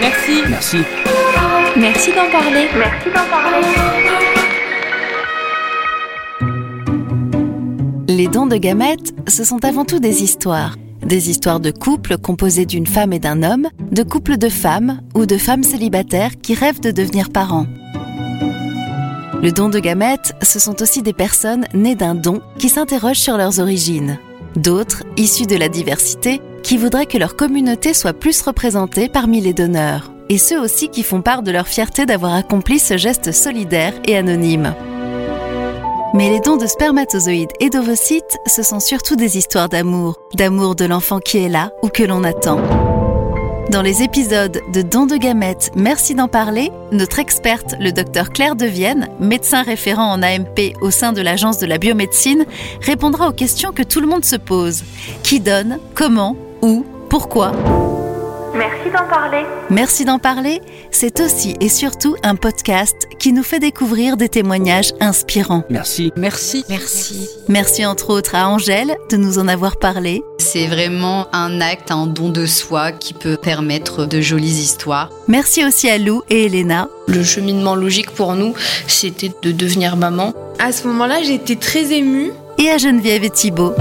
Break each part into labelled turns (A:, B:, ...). A: Merci.
B: Merci.
C: Merci d'en parler. Merci d'en parler.
D: Les dons de gamètes, ce sont avant tout des histoires. Des histoires de couples composés d'une femme et d'un homme, de couples de femmes ou de femmes célibataires qui rêvent de devenir parents. Le don de gamètes, ce sont aussi des personnes nées d'un don qui s'interrogent sur leurs origines. D'autres, issus de la diversité, qui voudraient que leur communauté soit plus représentée parmi les donneurs. Et ceux aussi qui font part de leur fierté d'avoir accompli ce geste solidaire et anonyme. Mais les dons de spermatozoïdes et d'ovocytes, ce sont surtout des histoires d'amour, d'amour de l'enfant qui est là ou que l'on attend. Dans les épisodes de Dons de gamètes, merci d'en parler, notre experte, le docteur Claire de Vienne, médecin référent en AMP au sein de l'Agence de la biomédecine, répondra aux questions que tout le monde se pose. Qui donne Comment Où Pourquoi
C: Merci d'en parler.
D: Merci d'en parler, c'est aussi et surtout un podcast qui nous fait découvrir des témoignages inspirants.
B: Merci.
A: Merci.
E: Merci.
D: Merci entre autres à Angèle de nous en avoir parlé.
E: C'est vraiment un acte, un don de soi qui peut permettre de jolies histoires.
D: Merci aussi à Lou et Elena.
F: Le cheminement logique pour nous, c'était de devenir maman.
G: À ce moment-là, j'étais très émue.
D: Et à Geneviève et Thibault.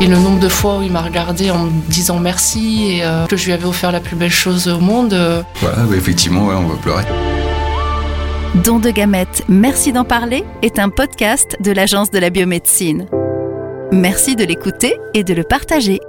H: Et le nombre de fois où il m'a regardé en me disant merci et euh, que je lui avais offert la plus belle chose au monde. Euh...
I: Voilà, ouais, effectivement, ouais, on va pleurer.
D: Don de gamètes, merci d'en parler est un podcast de l'Agence de la biomédecine. Merci de l'écouter et de le partager.